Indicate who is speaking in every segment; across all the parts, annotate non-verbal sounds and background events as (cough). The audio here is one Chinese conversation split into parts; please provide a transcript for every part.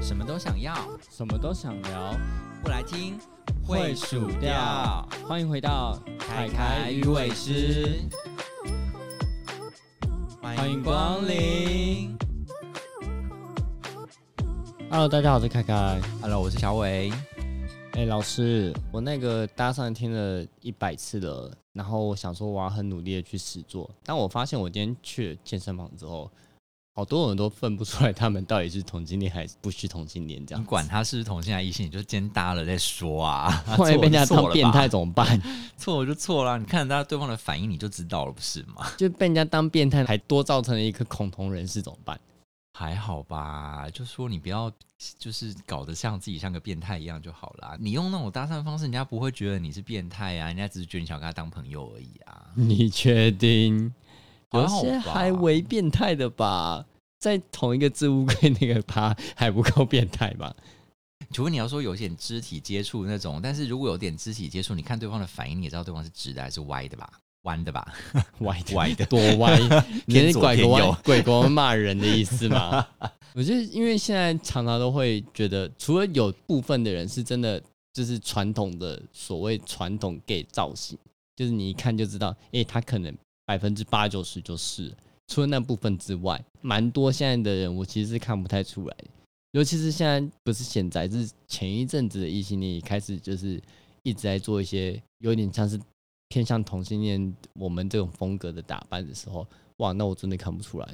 Speaker 1: 什么都想要，
Speaker 2: 什么都想聊，
Speaker 1: 不来听
Speaker 2: 会数掉。欢迎回到
Speaker 1: 凯凯鱼尾狮，
Speaker 2: 欢迎光临。Hello，大家好，我是凯凯。
Speaker 1: Hello，我是小伟。
Speaker 2: 哎、老师，我那个搭讪听了一百次了，然后我想说我要很努力的去实做，但我发现我今天去健身房之后，好多人都分不出来他们到底是同性恋还是不是同性恋这 (laughs) 样
Speaker 1: 你。管他是不是同性还是异性，你就先搭了再说啊。 (laughs)
Speaker 2: 万一被人家
Speaker 1: 错了
Speaker 2: 当
Speaker 1: 吧
Speaker 2: 变态，怎么办？
Speaker 1: 错了就错了，你看大家对方的反应你就知道了，不是吗？
Speaker 2: (laughs) 就被人家当变态，还多造成了一个恐同人士怎么办？
Speaker 1: 还好吧，就说你不要就是搞得像自己像个变态一样就好啦。你用那种搭讪方式，人家不会觉得你是变态啊，人家只是觉得你想跟他当朋友而已啊。 (laughs)
Speaker 2: 你确定？有
Speaker 1: 还好
Speaker 2: 些
Speaker 1: 吧
Speaker 2: 还为变态的吧，在同一个置物柜那个趴还不够变态吧？
Speaker 1: 除非你要说有点肢体接触那种，但是如果有点肢体接触，你看对方的反应，你也知道对方是直的还是歪的吧？弯的吧？
Speaker 2: 歪的
Speaker 1: 歪的
Speaker 2: 多歪，
Speaker 1: (laughs)
Speaker 2: 你
Speaker 1: 偏
Speaker 2: 是
Speaker 1: 左
Speaker 2: 拐个
Speaker 1: 偏
Speaker 2: 弯
Speaker 1: 右
Speaker 2: 拐个弯骂人的意
Speaker 1: (laughs)
Speaker 2: 思吗？我觉得，因为现在常常都会觉得，除了有部分的人是真的就是传统的所谓传统 gay 造型，就是你一看就知道，诶、他可能百分之八九十就是了。除了那部分之外，蛮多现在的人我其实是看不太出来的，尤其是现在不是现在，是前一阵子的异性恋也开始就是一直在做一些有点像是偏向同性恋我们这种风格的打扮的时候，哇，那我真的看不出来。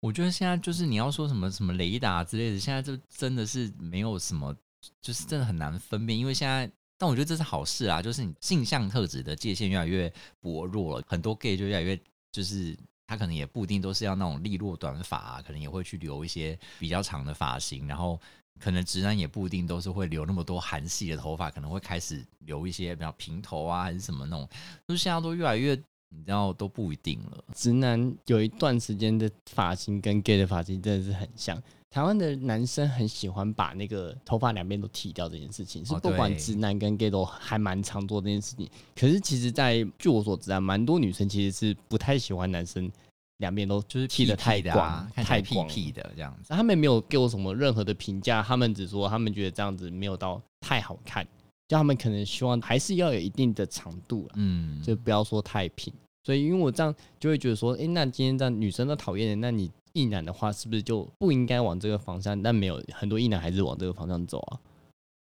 Speaker 1: 我觉得现在就是你要说什么什么雷达之类的，现在就真的是没有什么，就是真的很难分辨，因为现在。但我觉得这是好事啊，就是你性向特质的界限越来越薄弱了，很多 gay 就越来越就是他可能也不一定都是要那种利落短发、啊，可能也会去留一些比较长的发型，然后可能直男也不一定都是会留那么多韩系的头发，可能会开始留一些比较平头啊还是什么那种，就是现在都越来越你知道都不一定了。
Speaker 2: 直男有一段时间的发型跟 gay 的发型真的是很像。台湾的男生很喜欢把那个头发两边都剃掉这件事情，是
Speaker 1: 哦
Speaker 2: 不管
Speaker 1: 对
Speaker 2: 直男跟 gay 都还蛮常做这件事情。可是其实在，据我所知啊，蛮多女生其实是不太喜欢男生两边都
Speaker 1: 就是
Speaker 2: 剃得
Speaker 1: 的
Speaker 2: 太
Speaker 1: 的
Speaker 2: 广、
Speaker 1: 啊，看起来
Speaker 2: 太
Speaker 1: 屁
Speaker 2: 广
Speaker 1: 屁的这样子。
Speaker 2: 他们没有给我什么任何的评价，他们只说他们觉得这样子没有到太好看，就他们可能希望还是要有一定的长度啦，
Speaker 1: 嗯，
Speaker 2: 就不要说太平。所以因为我这样就会觉得说，诶，那今天这样女生都讨厌的，那你一男的话是不是就不应该往这个方向？但没有很多一男还是往这个方向走啊。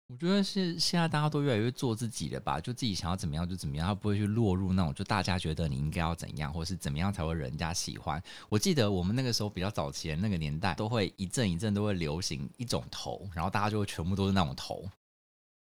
Speaker 1: 我觉得是现在大家都越来越做自己了吧，就自己想要怎么样就怎么样，他不会去落入那种就大家觉得你应该要怎样，或是怎么样才会人家喜欢。我记得我们那个时候比较早期的那个年代，都会一阵一阵都会流行一种头，然后大家就会全部都是那种头。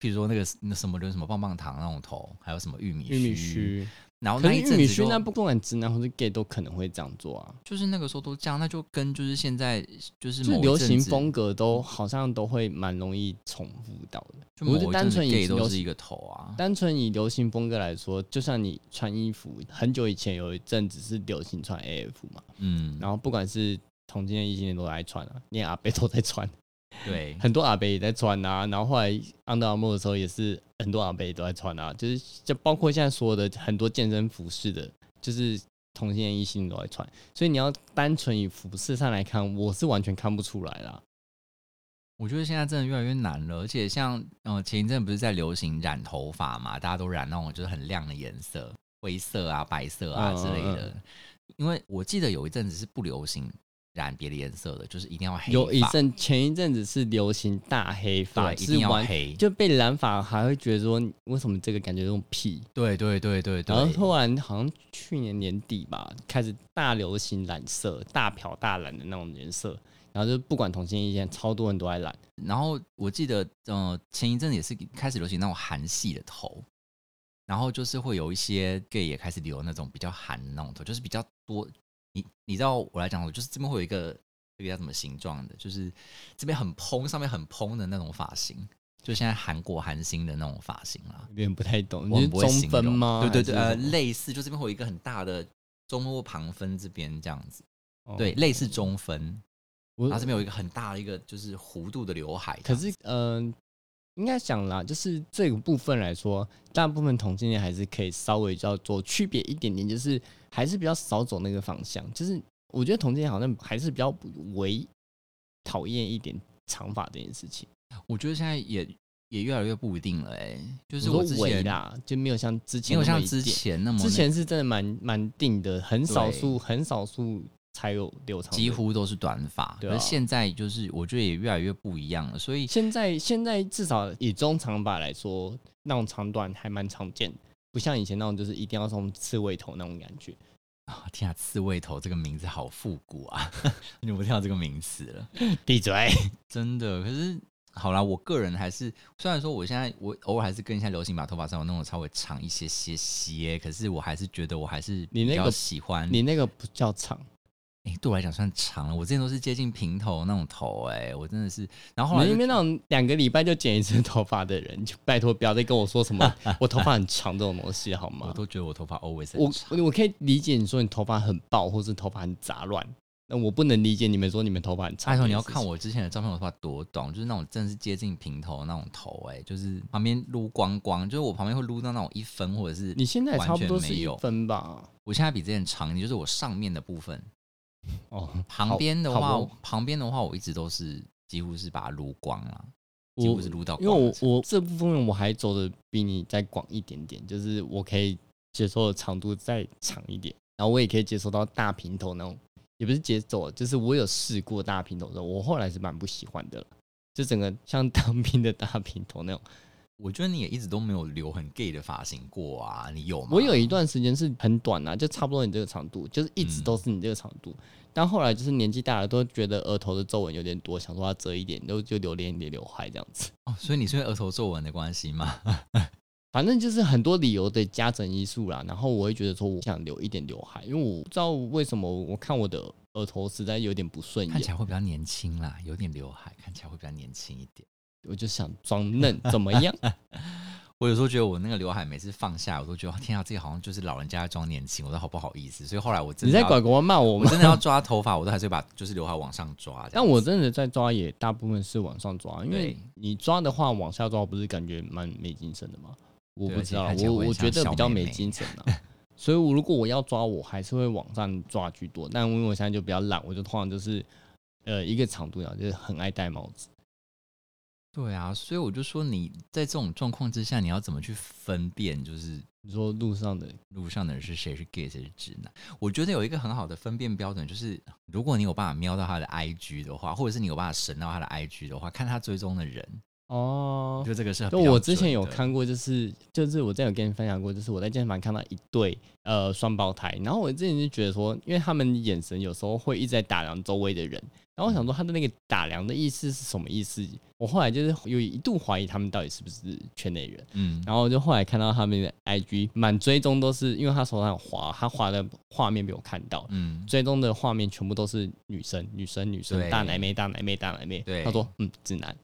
Speaker 1: 譬如说那个那什么就是什么棒棒糖那种头，还有什么玉米
Speaker 2: 玉米，须，
Speaker 1: 然后
Speaker 2: 可
Speaker 1: 那
Speaker 2: 是
Speaker 1: 一
Speaker 2: 玉
Speaker 1: 阵
Speaker 2: 米
Speaker 1: 子
Speaker 2: 须
Speaker 1: 就
Speaker 2: 那不管直男或是 gay 都可能会这样做啊，
Speaker 1: 就是那个时候都这样，那就跟就是现在就是
Speaker 2: 就是
Speaker 1: 某一
Speaker 2: 流
Speaker 1: 阵
Speaker 2: 行
Speaker 1: 子嗯
Speaker 2: 风格都好像都会蛮容易重复到的。
Speaker 1: 就
Speaker 2: 我
Speaker 1: 某
Speaker 2: 是
Speaker 1: 一
Speaker 2: 单
Speaker 1: 阵子
Speaker 2: 纯以
Speaker 1: gay
Speaker 2: 流
Speaker 1: 都是
Speaker 2: 行
Speaker 1: 一个头啊。
Speaker 2: 单纯以流行风格来说，就像你穿衣服，很久以前有一阵子是流行穿 AF 嘛，
Speaker 1: 嗯，
Speaker 2: 然后不管是同性恋、异性恋都来穿啊，连阿贝都在穿，啊
Speaker 1: 对，
Speaker 2: (laughs) 很多阿贝也在穿啊。然后后来 Under Armour 的时候，也是很多阿贝都在穿啊，就是就包括现在所有的很多健身服饰的，就是同性恋、异性恋都在穿。所以你要单纯以服饰上来看，我是完全看不出来啦。
Speaker 1: 我觉得现在真的越来越难了，而且像呃前一阵不是在流行染头发嘛，大家都染那种就是很亮的颜色，灰色啊、白色啊
Speaker 2: 嗯
Speaker 1: 之类
Speaker 2: 嗯
Speaker 1: 的。因为我记得有一阵子是不流行染别的颜色的，就是一定要黑发，
Speaker 2: 有一阵前一阵子是流行大黑
Speaker 1: 对，
Speaker 2: 发，
Speaker 1: 一
Speaker 2: 是
Speaker 1: 定要
Speaker 2: 完
Speaker 1: 黑，
Speaker 2: 就被染发还会觉得说，你为什么这个感觉那种屁？
Speaker 1: 对对对对对
Speaker 2: 然后突然好像去年年底吧，开始大流行染色，大漂大染的那种颜色，然后就不管同性异性，超多人都在染。
Speaker 1: 然后我记得，呃，前一阵子也是开始流行那种韩系的头，然后就是会有一些 gay 也开始留那种比较韩的那种头，就是比较多。你你知道我来讲，我就是这边会有一个这个叫什么形状的，就是这边很蓬，上面很蓬的那种发型，就现在韩国韩星的那种发型啦。
Speaker 2: 有点不太懂，
Speaker 1: 我
Speaker 2: 你是
Speaker 1: 们不会
Speaker 2: 中
Speaker 1: 形
Speaker 2: 分
Speaker 1: 容
Speaker 2: 吗？
Speaker 1: 对对对，呃，
Speaker 2: 还是什么
Speaker 1: 类似，就这边会有一个很大的中或旁分这边这样子，对，类似。中分，
Speaker 2: 哦
Speaker 1: 然后这边
Speaker 2: 我
Speaker 1: 有一个很大的一个就是弧度的刘海这
Speaker 2: 可
Speaker 1: 样子。
Speaker 2: 是嗯、呃应该讲啦，就是这个部分来说，大部分同性恋还是可以稍微叫做区别一点点，就是还是比较少走那个方向。就是我觉得同性恋好像还是比较为讨厌一点长发这件事情。
Speaker 1: 我觉得现在也也越来越不一定了、欸，哎，就是
Speaker 2: 我
Speaker 1: 我
Speaker 2: 说
Speaker 1: 之
Speaker 2: 为
Speaker 1: 前
Speaker 2: 啦，就没有像之
Speaker 1: 没
Speaker 2: 前
Speaker 1: 有
Speaker 2: 那么
Speaker 1: 像
Speaker 2: 一
Speaker 1: 之
Speaker 2: 点
Speaker 1: 前那么
Speaker 2: 之
Speaker 1: 那
Speaker 2: 前是真的蛮蛮定的，很少
Speaker 1: 对
Speaker 2: 数很少数才有留长的，
Speaker 1: 几乎都是短发，
Speaker 2: 对
Speaker 1: 可
Speaker 2: 啊
Speaker 1: 是现在就是我觉得也越来越不一样了，所以
Speaker 2: 现在现在至少以中长发来说，那种长短还蛮常见的，不像以前那种就是一定要送刺猬头那种感觉。
Speaker 1: 啊天啊，刺猬头这个名字好复古啊， (laughs) 你不听到这个名词了，
Speaker 2: 闭嘴！
Speaker 1: 真的。可是好啦，我个人还是虽然说我现在我偶尔还是跟一下流行，把头发稍微弄得稍微长一些些些，可是我还是觉得我还是比
Speaker 2: 你那
Speaker 1: 较
Speaker 2: 个
Speaker 1: 喜欢
Speaker 2: (laughs) 你那个不叫长，
Speaker 1: 诶对我来讲算长了，我之前都是接近平头那种头、诶，我真的是，然 (laughs) 后后
Speaker 2: 你
Speaker 1: 来
Speaker 2: 那
Speaker 1: 就
Speaker 2: 边那种两个礼拜就剪一次头发的人，就拜托不要再跟我说
Speaker 1: (laughs)
Speaker 2: 什么我头发很长这种东西好
Speaker 1: 我
Speaker 2: 吗？
Speaker 1: 都觉得我头发 always 很
Speaker 2: 我
Speaker 1: 长
Speaker 2: 我可以理解你说你头发很爆，或是头发很杂乱，那我不能理解你们说你们头发很长。
Speaker 1: 拜托你要看，我之前的照片，我头发多短，就是那种真的是接近平头的那种头、哎，就是旁边撸光光，就是我旁边会撸到那种一分或者是
Speaker 2: 你现在也差不多
Speaker 1: 完全没
Speaker 2: 是一
Speaker 1: 有
Speaker 2: 分吧？
Speaker 1: 我现在比之前长，就是我上面的部分，
Speaker 2: 哦，
Speaker 1: 旁边的
Speaker 2: 好
Speaker 1: 话，
Speaker 2: 好哦
Speaker 1: 旁边的话我一直都是几乎是把它撸光了，
Speaker 2: 我
Speaker 1: 几乎是撸到
Speaker 2: 因
Speaker 1: 光
Speaker 2: 为
Speaker 1: 的
Speaker 2: 我
Speaker 1: 程度。
Speaker 2: 我这部分我还走的比你再广一点点，就是我可以接受的长度再长一点，然后我也可以接受到大平头那种，也不是接受，就是我有试过大平头的，我后来是蛮不喜欢的了，就整个像 (laughs) 当兵的大平头那种。
Speaker 1: 我觉得你也一直都没有留很 gay 的发型过啊，你有吗？
Speaker 2: 我有一段时间是很短啊，就差不多你这个长度，就是一直
Speaker 1: 嗯
Speaker 2: 都是你这个长度。但后来就是年纪大了，都觉得额头的皱纹有点多，想说要遮一点，就就留连一点刘海这样子。
Speaker 1: 哦，所以你是因为额头皱纹的关系吗？
Speaker 2: 反正就是很多理由的加成因素啦。然后我会觉得说，我想留一点刘海，因为我不知道为什么，我看我的额头实在有点不顺
Speaker 1: 看起
Speaker 2: 眼，
Speaker 1: 来会比较年轻啦，有点刘海，看起来会比较年轻一点。
Speaker 2: 我就想装
Speaker 1: (laughs)
Speaker 2: 嫩，怎么样？
Speaker 1: 我有时候觉得我那个刘海每次放下，我都觉得天啊，这个好像就是老人家在装年轻，我都好不好意思。所以后来我真
Speaker 2: 你
Speaker 1: 的
Speaker 2: 在
Speaker 1: 要
Speaker 2: 拐拐弯骂我
Speaker 1: 我
Speaker 2: 吗？
Speaker 1: 真的要抓头发，我都还是会把就是刘海往上抓。这
Speaker 2: 但
Speaker 1: 样
Speaker 2: 我真的在抓也大部分是往上抓，因为
Speaker 1: 对
Speaker 2: 你抓的话往下抓，不是感觉蛮没精神的吗？我
Speaker 1: 对
Speaker 2: 不
Speaker 1: 而
Speaker 2: 知
Speaker 1: 且
Speaker 2: 道
Speaker 1: 看，起来
Speaker 2: 我
Speaker 1: 会
Speaker 2: 我
Speaker 1: 像
Speaker 2: 觉得
Speaker 1: 小
Speaker 2: 比较
Speaker 1: 妹
Speaker 2: 没
Speaker 1: 妹
Speaker 2: 精神啊。 (laughs) 所以，我如果我要抓，我还是会往上抓居多。但因为我现在就比较懒，我就通常就是呃一个长度，然后就是很爱戴帽子。
Speaker 1: 对啊，所以我就说你在这种状况之下，你要怎么去分辨就是
Speaker 2: 你说路上的
Speaker 1: 路上的人是谁是 gay 谁是直男？我觉得有一个很好的分辨标准就是，如果你有办法瞄到他的 IG 的话，或者是你有办法神到他的 IG 的话，看他追踪的人，我
Speaker 2: 哦
Speaker 1: 觉，得这个是很
Speaker 2: 就
Speaker 1: 标
Speaker 2: 我之
Speaker 1: 准
Speaker 2: 前有
Speaker 1: 的
Speaker 2: 看过，就是就是我之前有跟你分享过，就是我在健身房看到一对呃双胞胎，然后我之前就觉得说，因为他们眼神有时候会一直在打量周围的人，然后我想说他的那个打量的意思是什么意思？我后来就是有一度怀疑他们到底是不是圈内人，
Speaker 1: 嗯，
Speaker 2: 然后就后来看到他们的 IG 满追踪都是，因为他手上有滑，他滑的画面被我看到，
Speaker 1: 嗯，
Speaker 2: 追踪的画面全部都是女生，女生，女生，
Speaker 1: 对
Speaker 2: 大奶妹，大奶妹，大奶妹。
Speaker 1: 对
Speaker 2: 他说，嗯，直男。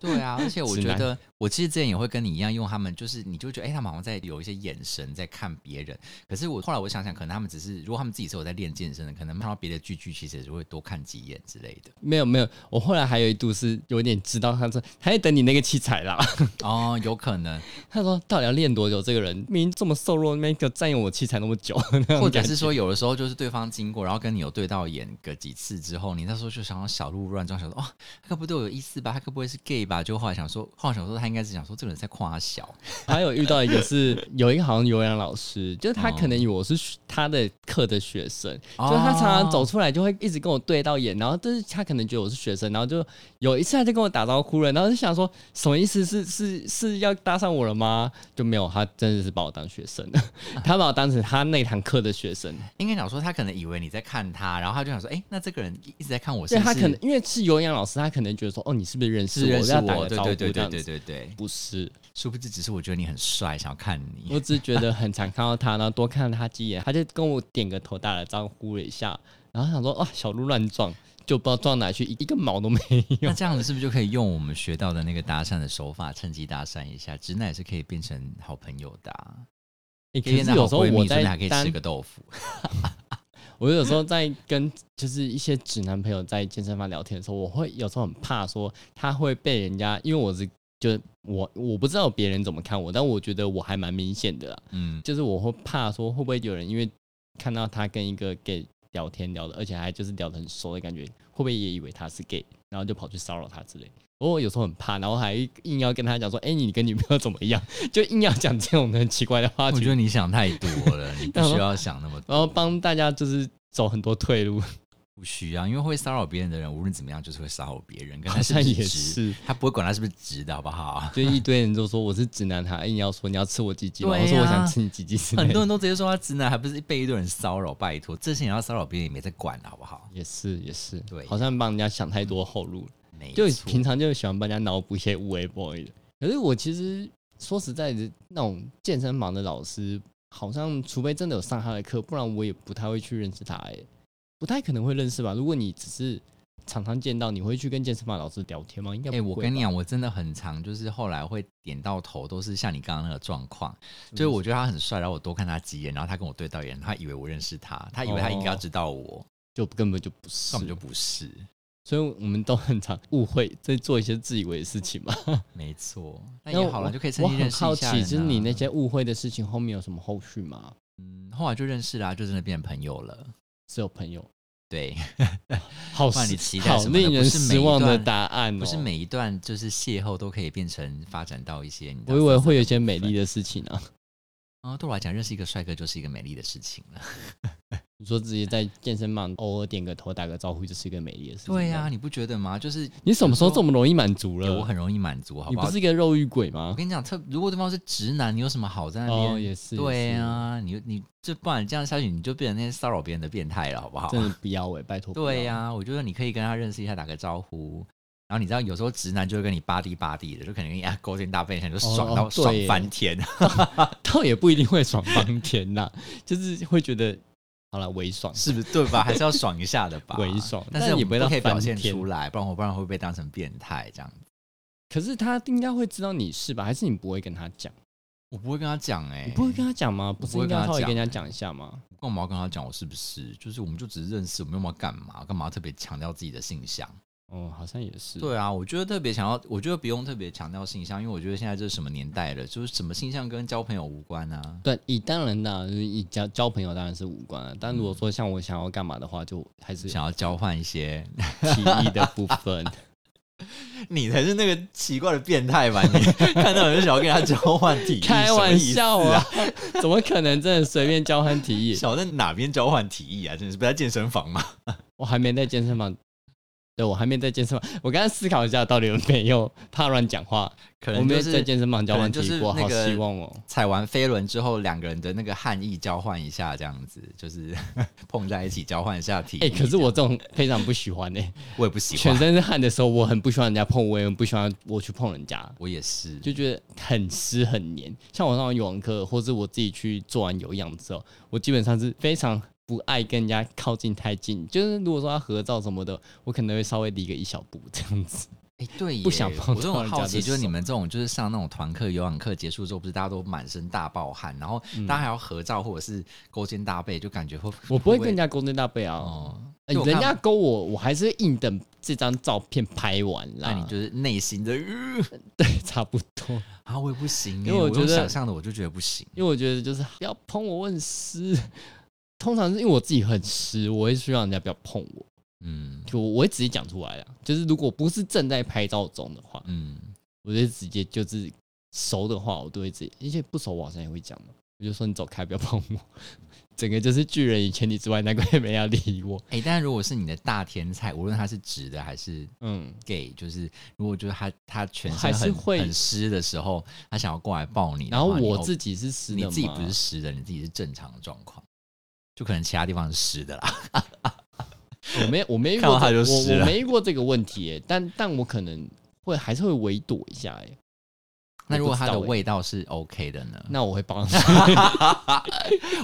Speaker 1: 对啊，而且我
Speaker 2: 直
Speaker 1: 觉
Speaker 2: 男
Speaker 1: 得我其实之前也会跟你一样用他们，就是你就觉得哎、诶他们好像在有一些眼神在看别人。可是我后来我想想，可能他们只是如果他们自己是有在练健身的，可能看到别的剧剧，其实也是会多看几眼之类的。
Speaker 2: 没有没有，我后来还有一度是有点知道，他说他在等你那个器材啦。 (laughs)
Speaker 1: 哦，有可能，
Speaker 2: 他说到底要练多久？这个人明明这么瘦弱，那个占用我器材那么久， (laughs) 那种
Speaker 1: 或者
Speaker 2: 感觉
Speaker 1: 是说有的时候就是对方经过，然后跟你有对到眼个几次之后，你那时候就想要小鹿乱撞，想说哦，他该不对我有意思吧？他该不会是 gay 吧？就后来想说，后来想说他应该是想说这个人在夸小，
Speaker 2: 还有遇到一个是有一个好像有氧老师，就是他可能以为我是学他的课的学生，就是他常常走
Speaker 1: 哦
Speaker 2: 出来就会一直跟我对到眼，然后但是他可能觉得我是学生，然后就有一次他就跟我打招呼了，然后就想说什么意思是 (laughs) 是是要搭上我了吗？就没有，他真的是把我当学生了， (laughs) 他把我当成他那堂课的学生，
Speaker 1: 应该讲说他可能以为你在看他，然后他就想说，哎、那这个人一直在看我是
Speaker 2: 对
Speaker 1: 不是，
Speaker 2: 他可能因为是有氧老师，他可能觉得说哦你是不是认识
Speaker 1: 是
Speaker 2: 我，
Speaker 1: 认识
Speaker 2: 要打
Speaker 1: 我，
Speaker 2: 个
Speaker 1: 对
Speaker 2: 招呼
Speaker 1: 对
Speaker 2: 这
Speaker 1: 对对
Speaker 2: 样
Speaker 1: 对
Speaker 2: 子，
Speaker 1: 对对，
Speaker 2: 不是，
Speaker 1: 殊不知只是我觉得你很帅，想要看你。
Speaker 2: 我只是觉得很常看到他，然后多看了他几眼，他就跟我点个头，打了招呼了一下，然后想说哇、哦小鹿乱撞，就不知道撞哪去，一一个
Speaker 1: (laughs)
Speaker 2: 毛都没 (laughs) 有。
Speaker 1: 那这样子是不是就可以用我们学到的那个搭讪的手法，趁机搭讪一下？直男也是可以变成好朋友的、啊。
Speaker 2: 欸
Speaker 1: 可
Speaker 2: 可
Speaker 1: 以
Speaker 2: 是有时候我在
Speaker 1: 还可以吃
Speaker 2: 单，
Speaker 1: 个豆腐。
Speaker 2: 我有时候在跟就是一些直男朋友在健身房聊天的时候，我会有时候很怕说他会被人家，因为我是就我我不知道别人怎么看我，但我觉得我还蛮明显的啦。
Speaker 1: 嗯，
Speaker 2: 就是我会怕说会不会有人因为看到他跟一个 gay 聊天聊的，而且还就是聊得很熟的感觉，会不会也以为他是 gay，然后就跑去骚扰他之类。我有时候很怕，然后还硬要跟他讲说：“哎、你跟女朋友怎么样？” (laughs) 就硬要讲这种很奇怪的话
Speaker 1: 我觉
Speaker 2: 题，
Speaker 1: 得你想太多了，你不需要想那么多，
Speaker 2: (laughs) 然后帮大家就是走很多退路，
Speaker 1: 不需要，因为会骚扰别人的人，无论怎么样就是会骚扰别人，跟
Speaker 2: 好
Speaker 1: 他是
Speaker 2: 像
Speaker 1: 不
Speaker 2: 也
Speaker 1: 是直，
Speaker 2: 是。
Speaker 1: 他不会管他是不是直的，好不
Speaker 2: (laughs)
Speaker 1: 好？
Speaker 2: 就一堆人都说我是直男，他硬要说你要吃我鸡鸡吗？
Speaker 1: 对啊
Speaker 2: 我说我想吃你鸡鸡之类
Speaker 1: 很
Speaker 2: 的
Speaker 1: 多人都直接说他直男，还不是被一堆人骚扰？拜托，这些人要骚扰别人也没在管，好不好？
Speaker 2: 也是也是，
Speaker 1: 对
Speaker 2: 好像帮人家想太多后路了。
Speaker 1: 没
Speaker 2: 就
Speaker 1: 错
Speaker 2: 平常就喜欢帮人家脑补一些无为 boy 的。可是我其实说实在的，那种健身房的老师，好像除非真的有上他的课，不然我也不太会去认识他、欸，不太可能会认识吧？如果你只是常常见到，你会去跟健身房老师聊天吗？应该
Speaker 1: 哎、
Speaker 2: 不会吧。
Speaker 1: 我跟你讲，我真的很常，就是后来会点到头，都是像你刚刚那个状况，
Speaker 2: 什么意
Speaker 1: 就
Speaker 2: 思
Speaker 1: 是我觉得他很帅，然后我多看他几眼，然后他跟我对到眼，他以为我认识他，他以为他应该要知道我，
Speaker 2: 就根本就不哦是
Speaker 1: 根，本就不是，
Speaker 2: 所以我们都很常误会，在做一些自以为的事情嘛。
Speaker 1: 没错。那
Speaker 2: 然
Speaker 1: 也
Speaker 2: 后
Speaker 1: 好
Speaker 2: 我
Speaker 1: 了，就可以趁
Speaker 2: 我
Speaker 1: 机认
Speaker 2: 很
Speaker 1: 识一
Speaker 2: 好
Speaker 1: 下、啊
Speaker 2: 奇，就是你那，些误会的事情后面有什么后续吗？
Speaker 1: 嗯，后来就认识啦、就真的变朋友了。
Speaker 2: 只有朋友，
Speaker 1: 对，
Speaker 2: 好
Speaker 1: 不然
Speaker 2: 失
Speaker 1: 你期待
Speaker 2: 好
Speaker 1: 什么呢
Speaker 2: 令
Speaker 1: 不
Speaker 2: 人
Speaker 1: 是每
Speaker 2: 失
Speaker 1: 一
Speaker 2: 望的
Speaker 1: 段
Speaker 2: 答案哦、
Speaker 1: 不是每一段就是邂逅都可以变成发展到一些你知道
Speaker 2: 我以为
Speaker 1: 色色
Speaker 2: 会有
Speaker 1: 的
Speaker 2: 一些
Speaker 1: 部
Speaker 2: 美丽
Speaker 1: 分
Speaker 2: 的事情啊，
Speaker 1: 啊、对我来讲，认识一个帅哥就是一个美丽的事情了。
Speaker 2: 你说直接在健身房偶尔点个头、打个招呼，这是一个美丽的事情。
Speaker 1: 对呀、，你不觉得吗？就是
Speaker 2: 你什么时候这么容易满足
Speaker 1: 有时候我
Speaker 2: 了？
Speaker 1: 很容易满足，好
Speaker 2: 你
Speaker 1: 不好
Speaker 2: 不？是一个肉欲鬼
Speaker 1: 我
Speaker 2: 吗？
Speaker 1: 跟你讲，特如果对方是直男，你有什么好在那边？
Speaker 2: 哦，也是，
Speaker 1: 对
Speaker 2: 呀、
Speaker 1: 啊，你你这不然这样下去，你就变成那些骚扰别人的变态了，好不好？
Speaker 2: 真
Speaker 1: (laughs)
Speaker 2: 的不要哎、拜托。
Speaker 1: 对啊呀、、我觉得你可以跟他认识一下，打个招呼。然后你知道，有时候直男就会跟你巴蒂巴蒂的，就可能跟你啊勾肩搭背一下，你就
Speaker 2: 哦
Speaker 1: 爽到、
Speaker 2: 哦对
Speaker 1: 爽
Speaker 2: 耶
Speaker 1: 翻天。 (laughs)
Speaker 2: 倒也不一定会爽翻天呐，就是会觉得好了，微爽
Speaker 1: 是不是对吧？还是要爽一下的吧，
Speaker 2: 微爽
Speaker 1: 但
Speaker 2: 但
Speaker 1: 是
Speaker 2: 也
Speaker 1: 我们
Speaker 2: 不会
Speaker 1: 不
Speaker 2: 到
Speaker 1: 可以表
Speaker 2: 翻
Speaker 1: 现
Speaker 2: 天
Speaker 1: 出来，不然我不然会被当成变态这样子。
Speaker 2: 可是他应该会知道你是吧？还是你不会跟他讲？
Speaker 1: 我不会跟他讲哎、
Speaker 2: 你不会跟他讲吗？不是
Speaker 1: 不会
Speaker 2: 应
Speaker 1: 跟他
Speaker 2: 该稍微
Speaker 1: 讲欸
Speaker 2: 跟人家讲一下吗？
Speaker 1: 我干嘛要跟他讲我是不是？就是我们就只是认识，我们又没有干嘛，干嘛特别强调自己的性向？
Speaker 2: 哦，好像也是。，
Speaker 1: 对啊，我觉得特别强调，我觉得不用特别强调性向，因为我觉得现在这是什么年代了，就是什么性向跟交朋友无关啊。
Speaker 2: 对，以当然的，就是以交交朋友当然是无关啊。但如果说像我想要干嘛的话，就还是
Speaker 1: 想要交换一些， (laughs)
Speaker 2: 提议的部分。
Speaker 1: 你才是那个奇怪的变态吧？你 (laughs) 看到人就想要跟他交换 (laughs)
Speaker 2: (laughs)
Speaker 1: 提议，
Speaker 2: 开玩笑
Speaker 1: 什么意思啊！，
Speaker 2: 怎么可能真的随便交换提议？
Speaker 1: 想在哪边交换提议啊？真的是不在健身房吗？ (laughs)
Speaker 2: 我还没在健身房，对我还没在健身房。我刚刚思考一下，到底有没有怕乱讲话？
Speaker 1: 可
Speaker 2: 我
Speaker 1: 能
Speaker 2: 没
Speaker 1: 就
Speaker 2: 有在
Speaker 1: 是
Speaker 2: 健身房交换提议过，
Speaker 1: 可能
Speaker 2: 好
Speaker 1: 就是那个
Speaker 2: 希望哦。
Speaker 1: 踩完飞轮之后，两个人的那个汗意交换一下，这样子就是 (laughs) 碰在一起交换一下体。
Speaker 2: 哎、可是我这种非常不喜欢呢、欸
Speaker 1: 我也不喜
Speaker 2: 全
Speaker 1: 欢，
Speaker 2: 身是汗的时候，我很不喜欢人家碰，我也很不喜欢我去碰人家。
Speaker 1: 我也是，
Speaker 2: 就觉得很湿很黏。像我上完游泳课，或是我自己去做完有氧之后，我基本上是非常不爱跟人家靠近太近。就是如果说要合照什么的，我可能会稍微离个一小步这
Speaker 1: (laughs)
Speaker 2: 样子。
Speaker 1: 哎、对耶，
Speaker 2: 不想碰
Speaker 1: 我这种
Speaker 2: 到人家
Speaker 1: 好奇，
Speaker 2: 的
Speaker 1: 就是你
Speaker 2: 手
Speaker 1: 们这种，就是上那种团课、游泳课结束之后，不是大家都满身大爆汗，然后大家还要合照或者是勾肩搭背，就感觉会
Speaker 2: 嗯我不会跟人家勾肩搭背啊，
Speaker 1: 哦。
Speaker 2: 哎
Speaker 1: 就我
Speaker 2: 人
Speaker 1: 看
Speaker 2: 家勾我，我还是会硬等这张照片拍完啦。
Speaker 1: 那你就是内心的、呃、
Speaker 2: (laughs) 对，差不多。
Speaker 1: 啊，我也不行耶，
Speaker 2: 因为我
Speaker 1: 我
Speaker 2: 觉
Speaker 1: 用
Speaker 2: 得
Speaker 1: 想象的我就觉得不行。
Speaker 2: 因为我觉得就是不要碰我，我很湿。 (laughs) 通常是因为我自己很湿，我会希望人家不要碰我，
Speaker 1: 嗯
Speaker 2: 就我会直接讲出来啊。就是如果不是正在拍照中的话，
Speaker 1: 嗯，
Speaker 2: 我就直接就是熟的话，我都会直接，而且不熟我好像也会讲嘛，我就说你走开，不要碰我。 (laughs) 整个就是拒人于千里之外，难怪没人要理我。
Speaker 1: 哎、但如果是你的大天菜，无论他是直的还是
Speaker 2: 嗯，
Speaker 1: gay，就是如果就是他他全身
Speaker 2: 还是
Speaker 1: 很
Speaker 2: 会
Speaker 1: 很湿的时候，他想要过来抱你的
Speaker 2: 然
Speaker 1: 话，
Speaker 2: 后
Speaker 1: 你
Speaker 2: 我
Speaker 1: 哦
Speaker 2: 自己是湿的
Speaker 1: 你
Speaker 2: 嘛，
Speaker 1: 自己不是湿的，你自己是正常的状况，就可能其他地方是湿的啦。 (laughs)
Speaker 2: 我没我没遇
Speaker 1: 看
Speaker 2: 过
Speaker 1: 到他
Speaker 2: 这
Speaker 1: 就
Speaker 2: 我
Speaker 1: 湿了
Speaker 2: 我没遇过这个问题、耶，但但我可能会还是会围躲一下、欸耶。
Speaker 1: 那如果它的
Speaker 2: 我不知道欸
Speaker 1: 味道是 OK 的呢？
Speaker 2: 那我
Speaker 1: (laughs)
Speaker 2: 会帮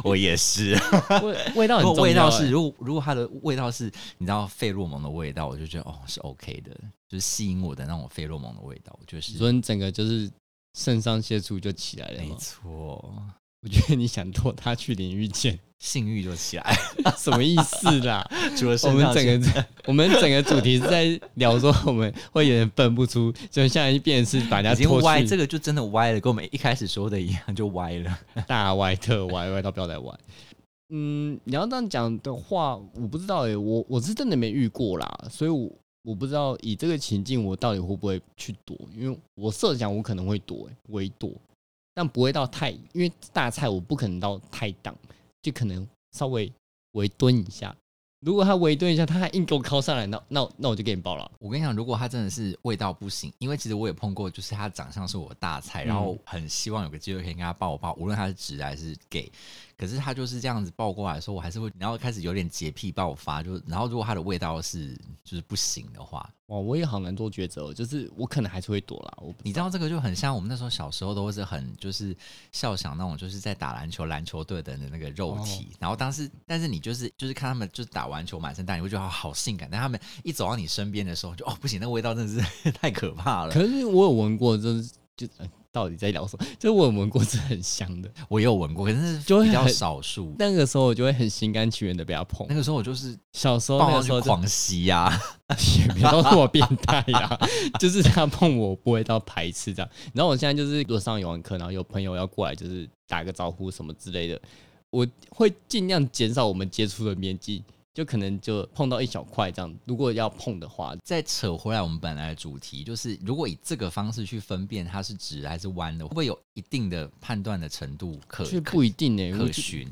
Speaker 1: 我也是。
Speaker 2: 味味道
Speaker 1: 如
Speaker 2: 很
Speaker 1: 果
Speaker 2: 重要、欸
Speaker 1: 味道是，
Speaker 2: 耶
Speaker 1: 如果如果它的味道是你知道费洛蒙的味道，我就觉得哦是 OK 的，就是吸引我的那种费洛蒙的味道，我觉得
Speaker 2: 你
Speaker 1: 是
Speaker 2: 说你整个就是肾上腺素就起来了
Speaker 1: 没
Speaker 2: 嘛，
Speaker 1: 错。
Speaker 2: 我觉得你想拖他去淋浴间， (laughs)
Speaker 1: 性欲就起来，
Speaker 2: 什么意思啦？
Speaker 1: 除了
Speaker 2: (laughs) 我
Speaker 1: 身
Speaker 2: 们
Speaker 1: 上
Speaker 2: 整
Speaker 1: 腺
Speaker 2: 个 (laughs) 我们整个主题是在聊说我们会有点分不出，就现在变成是把人
Speaker 1: 已
Speaker 2: 家拖
Speaker 1: 经歪，
Speaker 2: 去
Speaker 1: 这个就真的歪了，跟我们一开始说的一样，就歪了。
Speaker 2: 大歪特歪，歪到不要再歪。嗯，你要这样讲的话，我不知道诶、我我是真的没遇过啦，所以我我不知道以这个情境我到底会不会去躲，因为我设想我可能会躲、欸，微躲，但不会到太，因为大菜我不可能到太挡，就可能稍微围蹲一下。如果他围蹲一下，他还硬给我靠上来，那那那我就给你爆了。
Speaker 1: 我跟你讲，如果他真的是味道不行，因为其实我也碰过，就是他长相是我的大菜，然后很希望有个机会可以跟他抱抱，无论他是直还是 gay，可是他就是这样子抱过来的时候，我还是会，然后开始有点洁癖爆发，就然后如果他的味道是就是不行的话，
Speaker 2: 哇，我也好难做抉择哦，就是我可能还是会躲啦。我不
Speaker 1: 你知道这个就很像我们那时候小时候都是很就是笑想那种就是在打篮球篮球队的那个肉体，然后当时但是你就是就是看他们就是打完球满身大汗，你会觉得好性感，但他们一走到你身边的时候，就哦不行，那个味道真的是 (laughs) 太可怕了。
Speaker 2: 可是我有闻过，就是就、呃到底在聊什么？ (laughs) 就是我有闻过是很香的，
Speaker 1: 我也有闻过，可是
Speaker 2: 就会
Speaker 1: 比较
Speaker 2: 很
Speaker 1: 少数。
Speaker 2: 那个时候我就会很心甘情愿的被他碰
Speaker 1: 那。个时候我就是
Speaker 2: 小时候那
Speaker 1: 抱
Speaker 2: 个
Speaker 1: 上
Speaker 2: 时
Speaker 1: 去
Speaker 2: 候就
Speaker 1: 狂啊吸呀、
Speaker 2: (laughs) 也不要说我变态呀、就是他碰我我不会到排斥这样。然后我现在就是我上游玩课，然后有朋友要过来，就是打个招呼什么之类的，我会尽量减少我们接触的面积，就可能就碰到一小块这样。如果要碰的话，
Speaker 1: (laughs) 再扯回来我们本来的主题，就是如果以这个方式去分辨它是直还是弯的，会不会有一定的判断的程度可
Speaker 2: 却不一定呢、欸。
Speaker 1: 可
Speaker 2: 我
Speaker 1: 可
Speaker 2: 觉
Speaker 1: 循？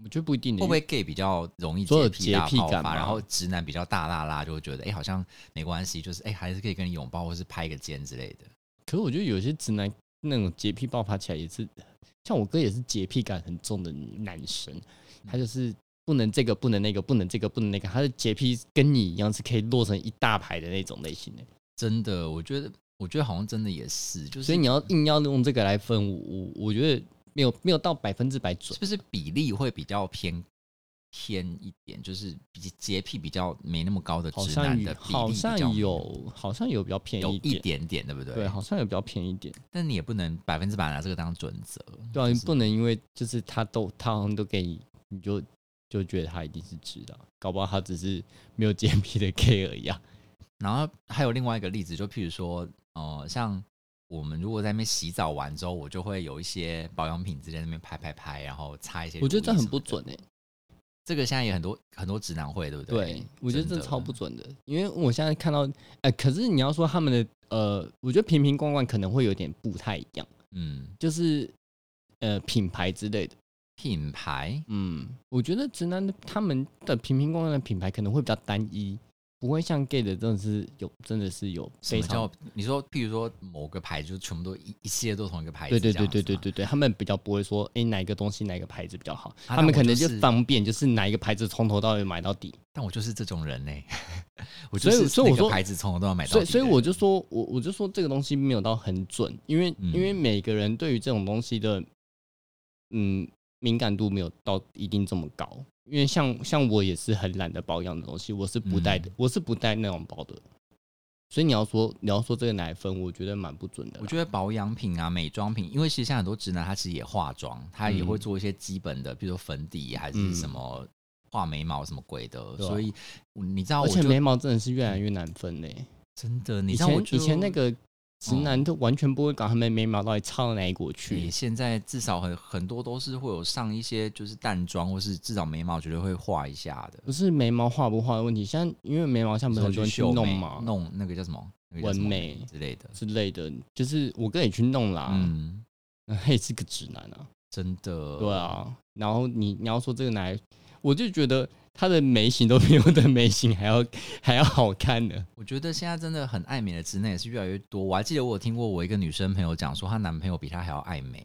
Speaker 2: 我觉得不一定呢、
Speaker 1: 会不会 gay 比较容易
Speaker 2: 所
Speaker 1: 洁
Speaker 2: 有
Speaker 1: 癖大
Speaker 2: 洁癖
Speaker 1: 爆
Speaker 2: 感
Speaker 1: 发，
Speaker 2: 吧
Speaker 1: 然后直男比较大大拉，就会觉得哎、诶好像没关系，就是哎、诶还是可以跟你拥抱，或是拍个肩之类的。
Speaker 2: 可是我觉得有些直男那种洁癖爆发起来也是，像我哥也是洁癖感很重的男生，
Speaker 1: 嗯
Speaker 2: 他就是不能这个不能那个不能这个不能那个，他的洁癖跟你一样是可以落成一大排的那种类型的。
Speaker 1: 真的，我觉得，我觉得好像真的也是，就是
Speaker 2: 所以你要硬要用这个来分，我我我觉得没有没有到百分之百准
Speaker 1: 是。不是比例会比较偏偏一点，就是比洁癖比较没那么高的
Speaker 2: 好
Speaker 1: 直
Speaker 2: 像
Speaker 1: 男的
Speaker 2: 有
Speaker 1: 比例比较
Speaker 2: 好像有好像有比较偏
Speaker 1: 有
Speaker 2: 一
Speaker 1: 一
Speaker 2: 点，
Speaker 1: 点点，对不对？
Speaker 2: 对，好像有比较偏一点。
Speaker 1: 但你也不能百分之百拿这个当准则。
Speaker 2: 对啊，
Speaker 1: 就
Speaker 2: 你
Speaker 1: 是
Speaker 2: 不能因为就是他都他好像都给你，你就就觉得他一定是知道，搞不好他只是没有洁癖的 gay 而已啊。
Speaker 1: 然后还有另外一个例子，就譬如说，呃，像我们如果在那边洗澡完之后，我就会有一些保养品之间那边拍拍拍，然后擦一些。
Speaker 2: 我觉得这很不准。
Speaker 1: 欸
Speaker 2: 哎、
Speaker 1: 这个现在也很多很多直男会，对不对？
Speaker 2: 对我觉得这
Speaker 1: 真的
Speaker 2: 超不准的，因为我现在看到，哎、可是你要说他们的呃，我觉得瓶瓶罐罐可能会有点不太一样，
Speaker 1: 嗯，
Speaker 2: 就是呃品牌之类的，
Speaker 1: 品牌
Speaker 2: 嗯，我觉得直男的他们的瓶瓶罐罐的品牌可能会比较单一。不会像 gay 的真的是有，真的是有
Speaker 1: 什
Speaker 2: 非
Speaker 1: 么
Speaker 2: 常
Speaker 1: 叫？你说，譬如说某个牌子，就全部都一一系列都同一个牌
Speaker 2: 对
Speaker 1: 子这
Speaker 2: 对
Speaker 1: 样子
Speaker 2: 对
Speaker 1: 吗，
Speaker 2: 对对对对，他们比较不会说，哎、哪一个东西哪一个牌子比较好，他
Speaker 1: 那
Speaker 2: 们
Speaker 1: 我
Speaker 2: 可能
Speaker 1: 就
Speaker 2: 啊就是方便，就是哪一个牌子从头到尾买到底。
Speaker 1: 但我就是这种人呢、 (laughs) 我就
Speaker 2: 所以
Speaker 1: 是
Speaker 2: 所以
Speaker 1: 那
Speaker 2: 我
Speaker 1: 个
Speaker 2: 说
Speaker 1: 牌子从头到尾买到
Speaker 2: 所以
Speaker 1: 底
Speaker 2: 所以
Speaker 1: 的
Speaker 2: 我
Speaker 1: 人
Speaker 2: 就说，我我就说这个东西没有到很准，因为、因为每个人对于这种东西的，嗯，敏感度没有到一定这么高。因为像像我也是很懒得保养的东西，我是不带的，我是不带那种包的。所以你要说你要说这个奶粉，我觉得蛮不准的啦。
Speaker 1: 我觉得保养品啊、美妆品，因为其实现在很多直男他其实也化妆，他也
Speaker 2: 嗯
Speaker 1: 会做一些基本的，比如说粉底啊还是什么画眉毛什么鬼的，
Speaker 2: 对啊
Speaker 1: 所以你知道我
Speaker 2: 而且
Speaker 1: 就
Speaker 2: 眉毛真的是越来越难分嘞、
Speaker 1: 真的，你
Speaker 2: 以
Speaker 1: 知道我
Speaker 2: 前
Speaker 1: 就
Speaker 2: 以前那。个直
Speaker 1: 哦
Speaker 2: 男都完全不会搞他们眉毛到底差到哪一国
Speaker 1: 你
Speaker 2: 去。
Speaker 1: 现在至少很很多都是会有上一些就是淡妆，或是至少眉毛绝对会画一下的。
Speaker 2: 不是眉毛画不画的问题，现在因为眉毛像不是很多人去
Speaker 1: 秀
Speaker 2: 弄
Speaker 1: 眉
Speaker 2: 嘛
Speaker 1: 弄那个叫什么那个叫什么
Speaker 2: 纹眉
Speaker 1: 之类的。
Speaker 2: 之类的，就是我哥也去弄啦，
Speaker 1: 嗯，
Speaker 2: 那他也是个直男啊，
Speaker 1: 真的。
Speaker 2: 对啊。然后你你要说这个男，我就觉得他的眉形都比我的眉形还要还要好看呢。
Speaker 1: 我觉得现在真的很爱美的直男也是越来越多。我还记得我有听过我一个女生朋友讲说，她男朋友比她还要爱美。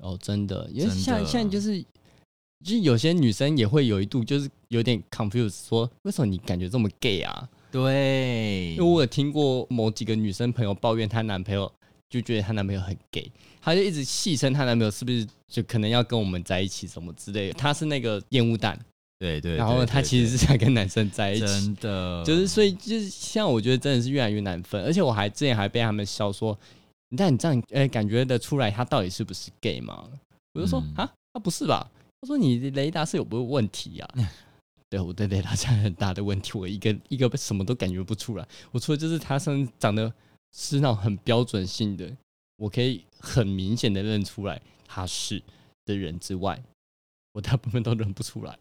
Speaker 2: 哦，真的，因为
Speaker 1: 真的
Speaker 2: 像像就是，就是有些女生也会有一度就是有点 confused，说为什么你感觉这么 gay 啊？
Speaker 1: 对
Speaker 2: 因为，我有听过某几个女生朋友抱怨她男朋友，就觉得她男朋友很 gay，她就一直戏称她男朋友是不是就可能要跟我们在一起什么之类的。她是那个烟雾弹，
Speaker 1: 对对
Speaker 2: 然后她其实
Speaker 1: 是
Speaker 2: 是想跟男生在一起，
Speaker 1: 真的，
Speaker 2: 就是所以就是像我觉得真的是越来越难分，而且我还哎之前还被他们笑说，但你这样呃感觉得出来他到底是不是 gay 吗？我就说
Speaker 1: 嗯
Speaker 2: 啊，那不是吧？他说你的雷达是有没有问题呀、对，我对雷达现在很大的问题，我一个一个什么都感觉不出来。我除了就是他身上长得是那种很标准性的，我可以很明显的认出来他是的人之外，我大部分都认不出来。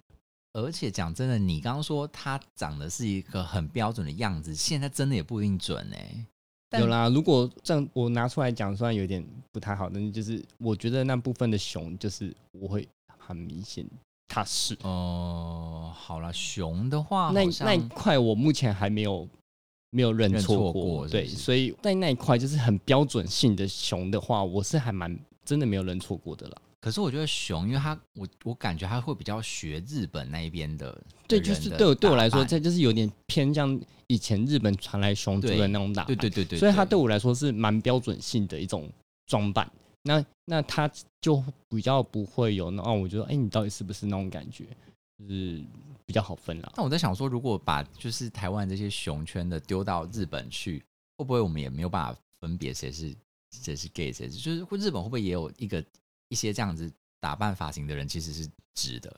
Speaker 1: 而且讲真的，你刚刚说他长得是一个很标准的样子，现在真的也不一定准哎、但
Speaker 2: 有啦，如果这样我拿出来讲，虽然有点不太好，但是就是我觉得那部分的熊，就是我会很明显它是。
Speaker 1: 哦、好了，熊的话
Speaker 2: 那
Speaker 1: 好
Speaker 2: 那一
Speaker 1: 像
Speaker 2: 块我目前还没有没有认
Speaker 1: 认
Speaker 2: 错
Speaker 1: 错
Speaker 2: 过，
Speaker 1: 过是
Speaker 2: 对，
Speaker 1: 不是
Speaker 2: 所以在那一块就是很标准性的熊的话，我是还蛮真的没有认错过的啦。
Speaker 1: 可是我觉得熊，因为它我我感觉它会比较学日本那一边的，
Speaker 2: 对，
Speaker 1: 的
Speaker 2: 就
Speaker 1: 人
Speaker 2: 是
Speaker 1: 的
Speaker 2: 对我对我
Speaker 1: 打
Speaker 2: 来说，
Speaker 1: 扮啊
Speaker 2: 这就是有点偏向以前日本传来熊族的
Speaker 1: 对
Speaker 2: 那种打扮
Speaker 1: 对对对对，
Speaker 2: 所以它对
Speaker 1: 对
Speaker 2: 我来说是蛮标准性的一种装扮。那那它就比较不会有那哦，我觉得哎、你到底是不是那种感觉，就是比较好分啦。
Speaker 1: 但我在想说，如果把就是台湾这些熊圈的丢到日本去，会不会我们也没有办法分别谁是谁是 gay 谁是就是会日本会不会也有一个一些这样子打扮发型的人其实是直的？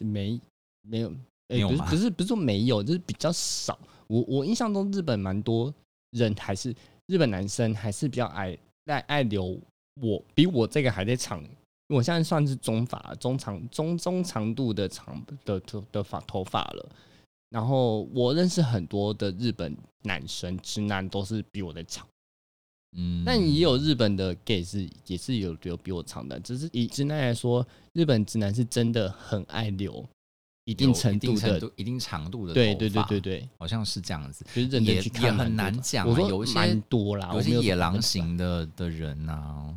Speaker 2: 没没有，哎、
Speaker 1: 没有
Speaker 2: 不是
Speaker 1: 吗
Speaker 2: 不是不是说没有，就是比较少。我我印象中日本蛮多人还是日本男生还是比较爱爱爱留我比我这个还在长，因为我现在算是中发中长中中长度的长的的的发头发了。然后我认识很多的日本男生直男都是比我的长。
Speaker 1: 嗯，
Speaker 2: 但也有日本的 gay 是也是有留比我长的，只是以直男来说，日本直男是真的很爱留一
Speaker 1: 有
Speaker 2: 定程
Speaker 1: 一
Speaker 2: 度
Speaker 1: 定程
Speaker 2: 的，
Speaker 1: 度、一定长度的
Speaker 2: 对
Speaker 1: 头
Speaker 2: 对对
Speaker 1: 发
Speaker 2: 对，对，
Speaker 1: 好像是这样子。
Speaker 2: 就是认真
Speaker 1: 也
Speaker 2: 去看
Speaker 1: 也
Speaker 2: 蛮多的，
Speaker 1: 很难讲啊
Speaker 2: 我说
Speaker 1: 有一些
Speaker 2: 蛮多啦，
Speaker 1: 有
Speaker 2: 啊我
Speaker 1: 些
Speaker 2: 没有
Speaker 1: 野
Speaker 2: 说
Speaker 1: 狼
Speaker 2: 百分之百，
Speaker 1: 型的的人呐、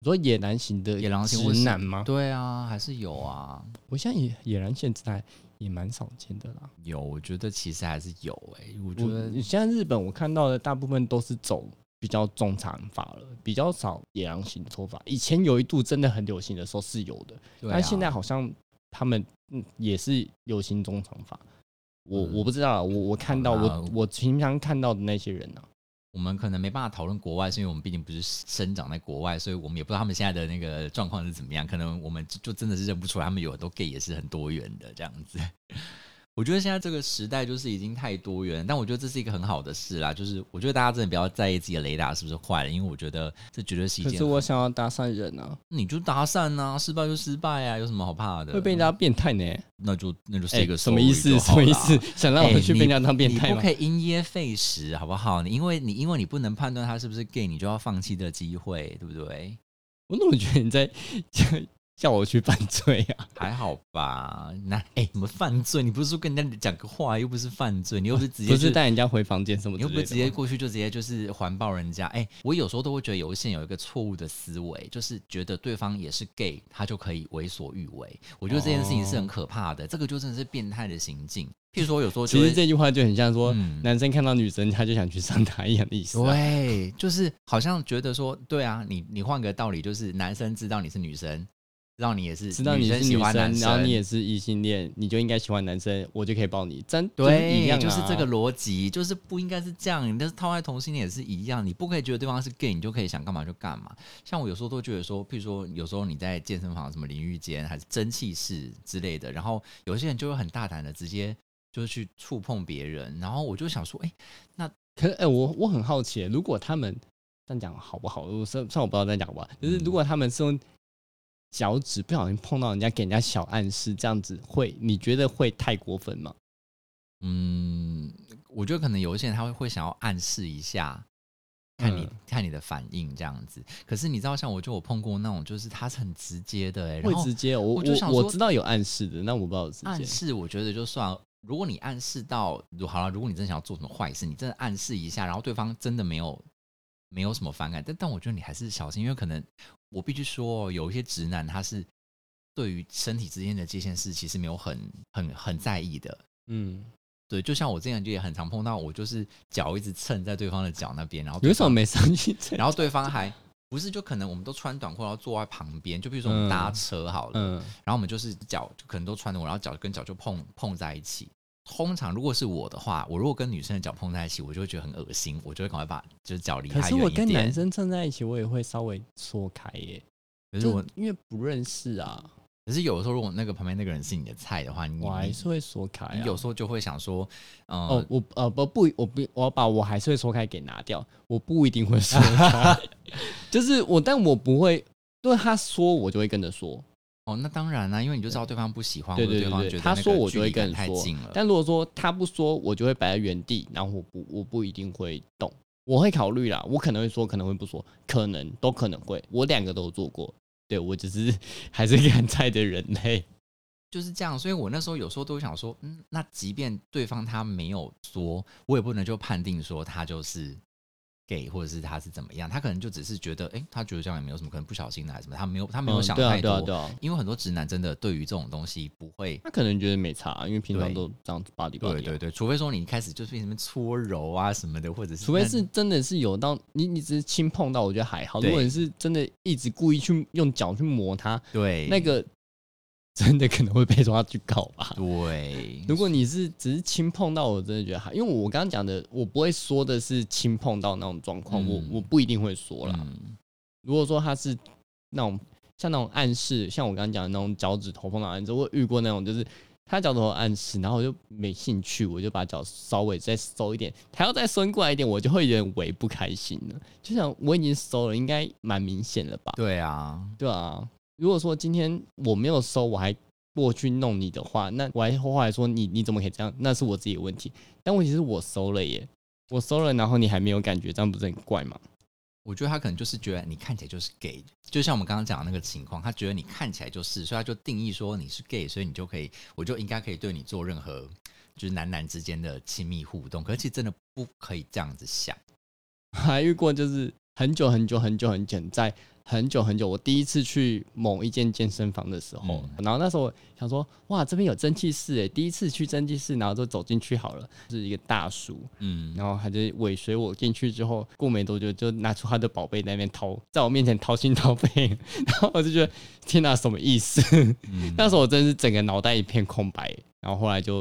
Speaker 2: 你说野狼型的
Speaker 1: 野狼型或
Speaker 2: 直
Speaker 1: 是
Speaker 2: 男吗？
Speaker 1: 对啊，还是有啊，
Speaker 2: 我现在野野狼型直男也蛮少见的啦。
Speaker 1: 有。我觉得其实还是有哎、我觉
Speaker 2: 我嗯
Speaker 1: 得
Speaker 2: 现在日本我看到的大部分都是走比较中长发了，比较少野狼型的头发。以前有一度真的很流行的时候是有的，
Speaker 1: 对啊
Speaker 2: 但现在好像他们嗯也是流行中长发，我、
Speaker 1: 嗯
Speaker 2: 我不知道啊，我我看到
Speaker 1: 好啦
Speaker 2: 我我平常看到的那些人啊，
Speaker 1: 我们可能没办法讨论国外，是因为我们毕竟不是生长在国外，所以我们也不知道他们现在的那个状况是怎么样。可能我们就就真的是认不出来，他们有很多 gay 也是很多元的这样子。 (laughs) 我觉得现在这个时代就是已经太多元，但我觉得这是一个很好的事啦。就是我觉得大家真的不要在意自己的雷达是不是坏了，因为我觉得这绝对是一
Speaker 2: 可
Speaker 1: 件
Speaker 2: 是我想要搭讪人啊，
Speaker 1: 你就搭讪啊，失败就失败啊，有什么好怕的？
Speaker 2: 会被人家变态呢、
Speaker 1: 那就那就 say
Speaker 2: 哎、
Speaker 1: 个
Speaker 2: 什么
Speaker 1: sorry
Speaker 2: 意思？
Speaker 1: 就
Speaker 2: 什
Speaker 1: 好
Speaker 2: 么意
Speaker 1: 啦
Speaker 2: 思？ (laughs) 想让我
Speaker 1: 哎
Speaker 2: 去被
Speaker 1: 你
Speaker 2: 人家当变态
Speaker 1: 你不
Speaker 2: 吗？
Speaker 1: 可以因噎废食，好不好？你因为你因为你不能判断他是不是 gay，你就要放弃的机会，对不对？
Speaker 2: 我怎么觉得你在叫我去犯罪啊？
Speaker 1: 还好吧？那哎，怎么犯罪？你不是说跟人家讲个话，又不是犯罪，你又不是直接
Speaker 2: 不是
Speaker 1: 就。
Speaker 2: 带人家回房间什么
Speaker 1: 你
Speaker 2: 之
Speaker 1: 又
Speaker 2: 类
Speaker 1: 不
Speaker 2: 的
Speaker 1: 是
Speaker 2: 吗？
Speaker 1: 直接过去就直接就是环抱人家？哎、我有时候都会觉得有一些人有一个错误的思维，就是觉得对方也是 gay，他就可以为所欲为。我觉得这件事情是很可怕的，这个就真的是变态的行径。譬如说，我有时候
Speaker 2: 其
Speaker 1: 就
Speaker 2: 实
Speaker 1: 会
Speaker 2: 这句话就很像说，
Speaker 1: 嗯
Speaker 2: 男生看到女生他就想去上她一样的意思、啊。
Speaker 1: 对，就是好像觉得说，对啊，你你换个道理，就是男生知道你是女生，知道你也是
Speaker 2: 知道你是
Speaker 1: 生
Speaker 2: 女
Speaker 1: 喜欢男
Speaker 2: 生，
Speaker 1: 生，
Speaker 2: 然后你也是异性恋，你就应该喜欢男生，我就可以抱你，真就是一
Speaker 1: 对，
Speaker 2: 样、啊，
Speaker 1: 就是这个逻辑，就是不应该是这样。但是套在同性恋也是一样，你不可以觉得对方是 gay，你就可以想干嘛就干嘛。像我有时候都觉得说，譬如说有时候你在健身房什么淋浴间还是蒸汽室之类的，然后有些人就会很大胆的直接就是去触碰别人，然后我就想说，哎、
Speaker 2: 可是，哎、我我很好奇，如果他们这样讲好不好？我算算我不知道这样讲好不好，就是
Speaker 1: 嗯
Speaker 2: 如果他们是用脚趾不小心碰到人家，给人家小暗示，这样子会，你觉得会太过分吗？
Speaker 1: 嗯，我觉得可能有一些人他会会想要暗示一下，看你、
Speaker 2: 嗯
Speaker 1: 看你的反应这样子。可是你知道，像我就有碰过那种，就是他是很直接的、欸，然
Speaker 2: 会
Speaker 1: 后
Speaker 2: 直接，我
Speaker 1: 我就想
Speaker 2: 我
Speaker 1: 说
Speaker 2: 我知道有暗示的，那我不知道有直
Speaker 1: 暗
Speaker 2: 接。
Speaker 1: 示我觉得就算了。如果你暗示到，如好了，如果你真的想要做什么坏事，你真的暗示一下，然后对方真的没有没有什么反感，但但我觉得你还是小心，因为可能我必须说哦，有一些直男他是对于身体之间的界限是其实没有很很很在意的，
Speaker 2: 嗯，
Speaker 1: 对，就像我之前就也很常碰到，我就是脚一直蹭在对方的脚那边，然后
Speaker 2: 你
Speaker 1: 对
Speaker 2: 为什么
Speaker 1: 方
Speaker 2: 没上去？
Speaker 1: 然后对方还不是就可能我们都穿短裤，然后坐在旁边，就比如说我们搭车好了，
Speaker 2: 嗯，
Speaker 1: 然后我们就是脚就可能都穿着我，然后脚跟脚就碰碰在一起。通常如果是我的话，我如果跟女生的脚碰在一起，我就会觉得很恶心，我就会赶快把就是脚离
Speaker 2: 可
Speaker 1: 开
Speaker 2: 是
Speaker 1: 远
Speaker 2: 我
Speaker 1: 一
Speaker 2: 跟男
Speaker 1: 点。
Speaker 2: 生站在一起，我也会稍微缩开耶。
Speaker 1: 可是
Speaker 2: 就
Speaker 1: 我，
Speaker 2: 因为不认识啊，
Speaker 1: 可是有的时候，如果那个旁边那个人是你的菜的话，你
Speaker 2: 我还
Speaker 1: 你
Speaker 2: 是会锁开、啊。
Speaker 1: 嗯你有时候就会想说，呃，
Speaker 2: 哦，我呃不不，我不我要把我还是会说开给拿掉，我不一定会说
Speaker 1: (laughs)
Speaker 2: 开，就是我，但我不会，对他说我就会跟着说，
Speaker 1: 哦，那当然啦、因为你就知道对方不喜欢，
Speaker 2: 对
Speaker 1: 或者
Speaker 2: 对
Speaker 1: 方
Speaker 2: 对
Speaker 1: 觉
Speaker 2: 对，
Speaker 1: 得
Speaker 2: 他
Speaker 1: 那个
Speaker 2: 说我
Speaker 1: 距
Speaker 2: 就会
Speaker 1: 离感
Speaker 2: 跟着
Speaker 1: 太
Speaker 2: 说
Speaker 1: 近了，，
Speaker 2: 但如果说他不说，我就会摆在原地，然后我不我不一定会动，我会考虑啦，我可能会说，可能会不说，可能都可能会，我两个都做过，对我只是 (laughs) 还是敢菜的人类，
Speaker 1: 就是这样。所以我那时候有时候都会想说，嗯，那即便对方他没有说，我也不能就判定说他就是 gay 或者是他是怎么样，他可能就只是觉得，哎、他觉得这样也没有什么，可能不小心的还是什么，他没有他没有
Speaker 2: 嗯
Speaker 1: 想
Speaker 2: 对啊
Speaker 1: 太多。
Speaker 2: 对啊对啊，
Speaker 1: 因为很多直男真的对于这种东西不会，
Speaker 2: 他可能觉得没差，啊因为平常
Speaker 1: 对
Speaker 2: 都这样子巴里啊巴
Speaker 1: 对
Speaker 2: 里。
Speaker 1: 对对，除非说你一开始就是什么搓揉啊什么的，或者是
Speaker 2: 除非
Speaker 1: 那
Speaker 2: 是真的是有到你，你只是轻碰到，我觉得还好。
Speaker 1: 对
Speaker 2: 如果你是真的一直故意去用脚去磨它，
Speaker 1: 对
Speaker 2: 那个 (laughs) 真的可能会被抓去告吧。
Speaker 1: 嗯对，
Speaker 2: 如果你是只是轻碰到，我真的觉得还，因为我刚刚讲的，我不会说的是轻碰到那种状况，
Speaker 1: 嗯
Speaker 2: 我我不一定会说啦。
Speaker 1: 嗯
Speaker 2: 如果说他是那种像那种暗示，像我刚刚讲的那种脚趾头碰到哎暗示，我有遇过那种就是嗯他脚趾头暗示，然后我就没兴趣，我就把脚稍微再收一点，他要再伸过来一点，我就会有点微不开心了。就想我已经收了，应该蛮明显了吧？
Speaker 1: 对啊，
Speaker 2: 对啊，如果说今天我没有收，我还过去弄你的话，那我还后来说你你怎么可以这样？那是我自己的问题。但问题是我收了耶，我收了，然后你还没有感觉，这样不是很怪吗？
Speaker 1: 我觉得他可能就是觉得你看起来就是 gay，就像我们刚刚讲的那个情况，他觉得你看起来就是，所以他就定义说你是 gay，所以你就可以，我就应该可以对你做任何就是男男之间的亲密互动。可是其实真的不可以这样子想，
Speaker 2: (laughs) 还遇过就是很久很久很久很久，在很久很久，我第一次去某一间健身房的时候，然后那时候我想说，哇，这边有蒸汽室诶，欸第一次去蒸汽室，然后就走进去好了，是一个大叔，
Speaker 1: 嗯，
Speaker 2: 然后他就尾随我进去之后，过没多久就拿出他的宝贝在那边掏，在我面前掏心掏肺，然后我就觉得天哪、什么意思？
Speaker 1: 嗯
Speaker 2: (laughs) 那时候我真的是整个脑袋一片空白，然后后来就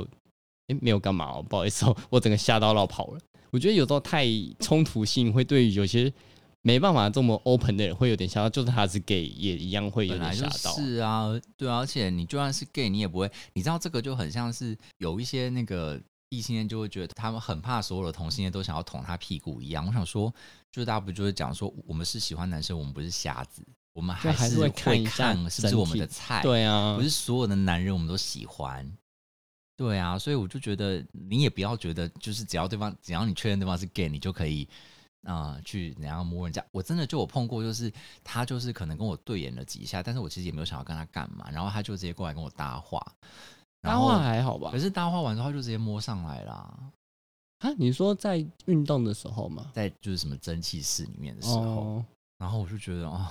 Speaker 2: 诶没有干嘛、哦，不好意思、哦，我整个吓到绕跑了。我觉得有时候太冲突性会对于有些没办法这么 open 的人会有点吓到，就算他是 gay 也一样会有
Speaker 1: 本
Speaker 2: 点
Speaker 1: 来
Speaker 2: 吓
Speaker 1: 就
Speaker 2: 到。
Speaker 1: 是啊，对啊，而且你就算是 gay，你也不会，你知道这个就很像是有一些那个异性恋就会觉得他们很怕所有的同性恋都想要捅他屁股一样。我想说，就是大家不就是讲说我们是喜欢男生，我们不是瞎子，我们
Speaker 2: 就还
Speaker 1: 是
Speaker 2: 是会
Speaker 1: 会
Speaker 2: 看一下
Speaker 1: 是不是
Speaker 2: 整
Speaker 1: 我们
Speaker 2: 体
Speaker 1: 的菜？
Speaker 2: 对啊，
Speaker 1: 不是所有的男人我们都喜欢。对啊，所以我就觉得你也不要觉得，就是只要对方，只要你确认对方是 gay，你就可以啊、呃去然后摸人家。我真的就有碰过，就是他就是可能跟我对眼了几下，但是我其实也没有想要跟他干嘛，然后他就直接过来跟我搭话，然
Speaker 2: 搭
Speaker 1: 后
Speaker 2: 话还好吧
Speaker 1: 可？是搭话完之后他就直接摸上来啦，
Speaker 2: 啊，你说在运动的时候吗？
Speaker 1: 在就是什么蒸汽室里面的时候，
Speaker 2: 哦，
Speaker 1: 然后我就觉得哦，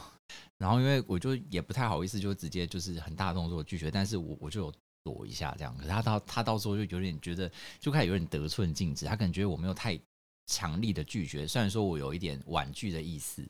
Speaker 1: 然后因为我就也不太好意思，就直接就是很大动作拒绝，但是我我就有躲一下这样。可是他到他到时候就有点觉得，就开始有点得寸进尺，他可能觉得我没有太强力的拒绝，虽然说我有一点婉拒的意思。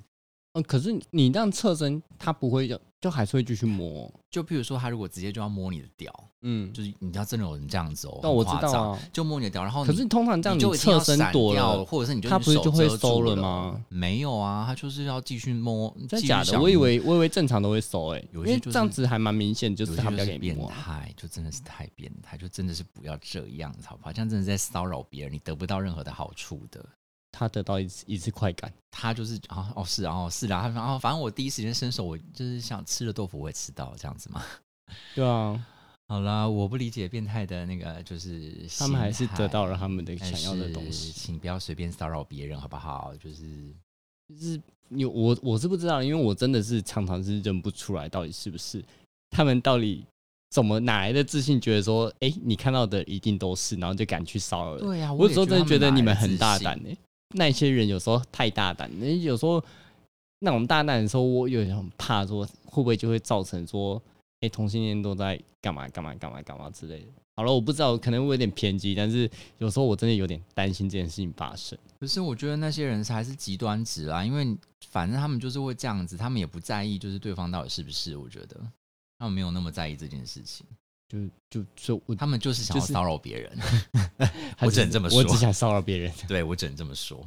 Speaker 2: 嗯，可是你这样侧身，他不会有，就还是会继续摸。哦
Speaker 1: 就譬如说，他如果直接就要摸你的屌，
Speaker 2: 嗯，
Speaker 1: 就是你知道真的有人这样子哦，
Speaker 2: 那
Speaker 1: 很
Speaker 2: 我知
Speaker 1: 夸
Speaker 2: 道
Speaker 1: 张
Speaker 2: 啊
Speaker 1: 就摸你的屌，然后
Speaker 2: 可
Speaker 1: 你
Speaker 2: 是通常这样
Speaker 1: 你就一定
Speaker 2: 侧
Speaker 1: 要
Speaker 2: 身
Speaker 1: 闪
Speaker 2: 躲
Speaker 1: 掉
Speaker 2: 了，
Speaker 1: 或者是你就
Speaker 2: 他不是
Speaker 1: 手
Speaker 2: 就会
Speaker 1: 遮住
Speaker 2: 收了
Speaker 1: 了
Speaker 2: 吗？
Speaker 1: 没有啊，他就是要继续摸，继
Speaker 2: 真的
Speaker 1: 续
Speaker 2: 假的？
Speaker 1: 想
Speaker 2: 我以
Speaker 1: 摸
Speaker 2: 为我以为正常都会收诶、
Speaker 1: 有
Speaker 2: 因
Speaker 1: 些
Speaker 2: 为
Speaker 1: 就是
Speaker 2: 这样子还蛮明显，就
Speaker 1: 有
Speaker 2: 是
Speaker 1: 些
Speaker 2: 他不要
Speaker 1: 就
Speaker 2: 给
Speaker 1: 是
Speaker 2: 你
Speaker 1: 变
Speaker 2: 摸啊、
Speaker 1: 态，就真的是太变态，就真的是不要这样子，好不好？这样真的是在骚扰别人，你得不到任何的好处的。
Speaker 2: 他得到一次一次快感。
Speaker 1: 他就是啊，哦是啊，哦是啦、他说啊，反正我第一时间伸手，我就是想吃了豆腐我也吃到这样子嘛。 (laughs)
Speaker 2: 对啊，
Speaker 1: 好啦，我不理解变态的那个就是
Speaker 2: 他们还是
Speaker 1: 心态
Speaker 2: 得到了他们的
Speaker 1: 但
Speaker 2: 想要的
Speaker 1: 是
Speaker 2: 东西。
Speaker 1: 请不要随便骚扰别人，好不好？就是
Speaker 2: 就是有我我是不知道，因为我真的是常常是认不出来到底是不是他们到底怎么哪来的自信，觉得说，哎、你看到的一定都是，然后就敢去骚扰人。
Speaker 1: 对呀、啊，
Speaker 2: 我有
Speaker 1: 也
Speaker 2: 时候真的觉得
Speaker 1: 他
Speaker 2: 你
Speaker 1: 哪
Speaker 2: 们
Speaker 1: 来的
Speaker 2: 很
Speaker 1: 自
Speaker 2: 大
Speaker 1: 信
Speaker 2: 胆呢、那些人有时候太大胆，那有时候那我们大胆的时候，我有点很怕说会不会就会造成说，哎、同性恋都在干嘛干嘛干嘛干嘛之类的。好了，我不知道，可能我有点偏激，但是有时候我真的有点担心这件事情发生。
Speaker 1: 可是我觉得那些人才是极端值啊，因为反正他们就是会这样子，他们也不在意就是对方到底是不是，我觉得他们没有那么在意这件事情，
Speaker 2: 就就就我
Speaker 1: 他们就是想要
Speaker 2: 就是 (laughs)
Speaker 1: 骚扰别人，
Speaker 2: 还
Speaker 1: 我只能这么
Speaker 2: 我
Speaker 1: 说
Speaker 2: 只想骚扰别人。 (laughs)
Speaker 1: 对我只能这么说。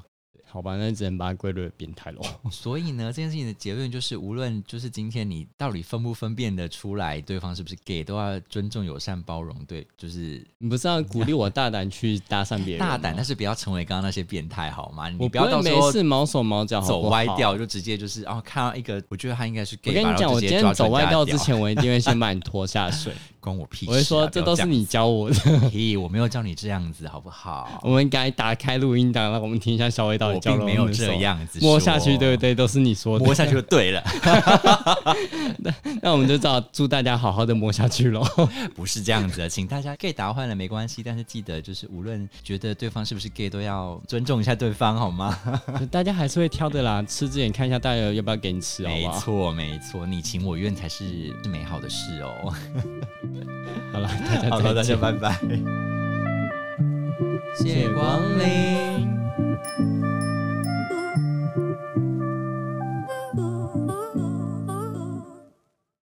Speaker 2: 好吧，那只能把它归类为变态喽。
Speaker 1: 所以呢，这件事情的结论就是，无论就是今天你到底分不分辨得出来对方是不是 gay，都要尊重、友善、包容，对，就是
Speaker 2: (laughs) 你不是要鼓励我大胆去搭讪别人吗？
Speaker 1: 大
Speaker 2: 啊
Speaker 1: 胆，但是不要成为刚刚那些变态，好吗？你
Speaker 2: 我
Speaker 1: 不要到
Speaker 2: 会
Speaker 1: 时
Speaker 2: 没
Speaker 1: 候
Speaker 2: 事毛手毛脚，好
Speaker 1: 走
Speaker 2: 不好
Speaker 1: 歪。掉，就直接就是哦，看到一个，我觉得他应该是 gay，
Speaker 2: 我跟
Speaker 1: 吧
Speaker 2: 你
Speaker 1: 然
Speaker 2: 讲，
Speaker 1: 后
Speaker 2: 我
Speaker 1: 直
Speaker 2: 今
Speaker 1: 接
Speaker 2: 天
Speaker 1: 抓
Speaker 2: 走
Speaker 1: 成
Speaker 2: 歪
Speaker 1: 大
Speaker 2: 掉
Speaker 1: 屌
Speaker 2: 之，前，我一定会先把你拖
Speaker 1: (laughs)
Speaker 2: 下水。
Speaker 1: 关我屁事啊、
Speaker 2: 我会说，
Speaker 1: 不
Speaker 2: 这
Speaker 1: 要
Speaker 2: 都是
Speaker 1: 样
Speaker 2: 你教我的。 (laughs)
Speaker 1: 嘿，我没有叫你这样子，好不好？
Speaker 2: 我们该打开录音档，让我们听一下小伟到底
Speaker 1: 我
Speaker 2: 教了
Speaker 1: 并没有
Speaker 2: 们什
Speaker 1: 这
Speaker 2: 么。
Speaker 1: 样子，
Speaker 2: (laughs) 摸下去，对不？对？都是你说的。
Speaker 1: 摸下去就对了，
Speaker 2: (laughs) 那我们就照祝大家好好的摸下去喽。
Speaker 1: 不是这样子的，请大家 gay 打坏了没关系，但是记得就是无论觉得对方是不是 gay，都要尊重一下对方，好吗？
Speaker 2: (laughs) 大家还是会挑的啦，吃之前看一下大家要不要给你吃，好
Speaker 1: 没
Speaker 2: 不好？
Speaker 1: 错，没错，你情我愿才是是美好的事哦。 (laughs)
Speaker 2: 好了，大家
Speaker 1: 好
Speaker 2: 再
Speaker 1: 了，
Speaker 2: 见
Speaker 1: 大。家拜拜，谢谢光临。